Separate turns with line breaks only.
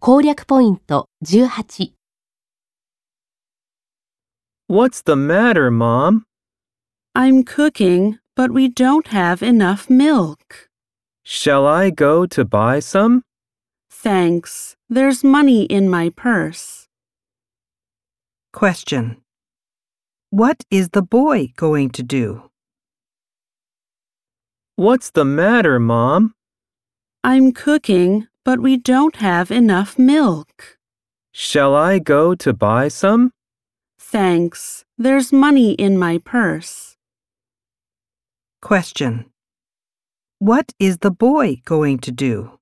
攻略ポイント18
What's the matter, Mom?
I'm cooking, but we don't have enough milk.
Shall I go to buy some?
Thanks. There's money in my purse.
Question. What is the boy going to do?
What's the matter, Mom?
I'm cooking, but we don't have enough milk.
Shall I go to buy some?
Thanks. There's money in my purse.
Question. What is the boy going to do?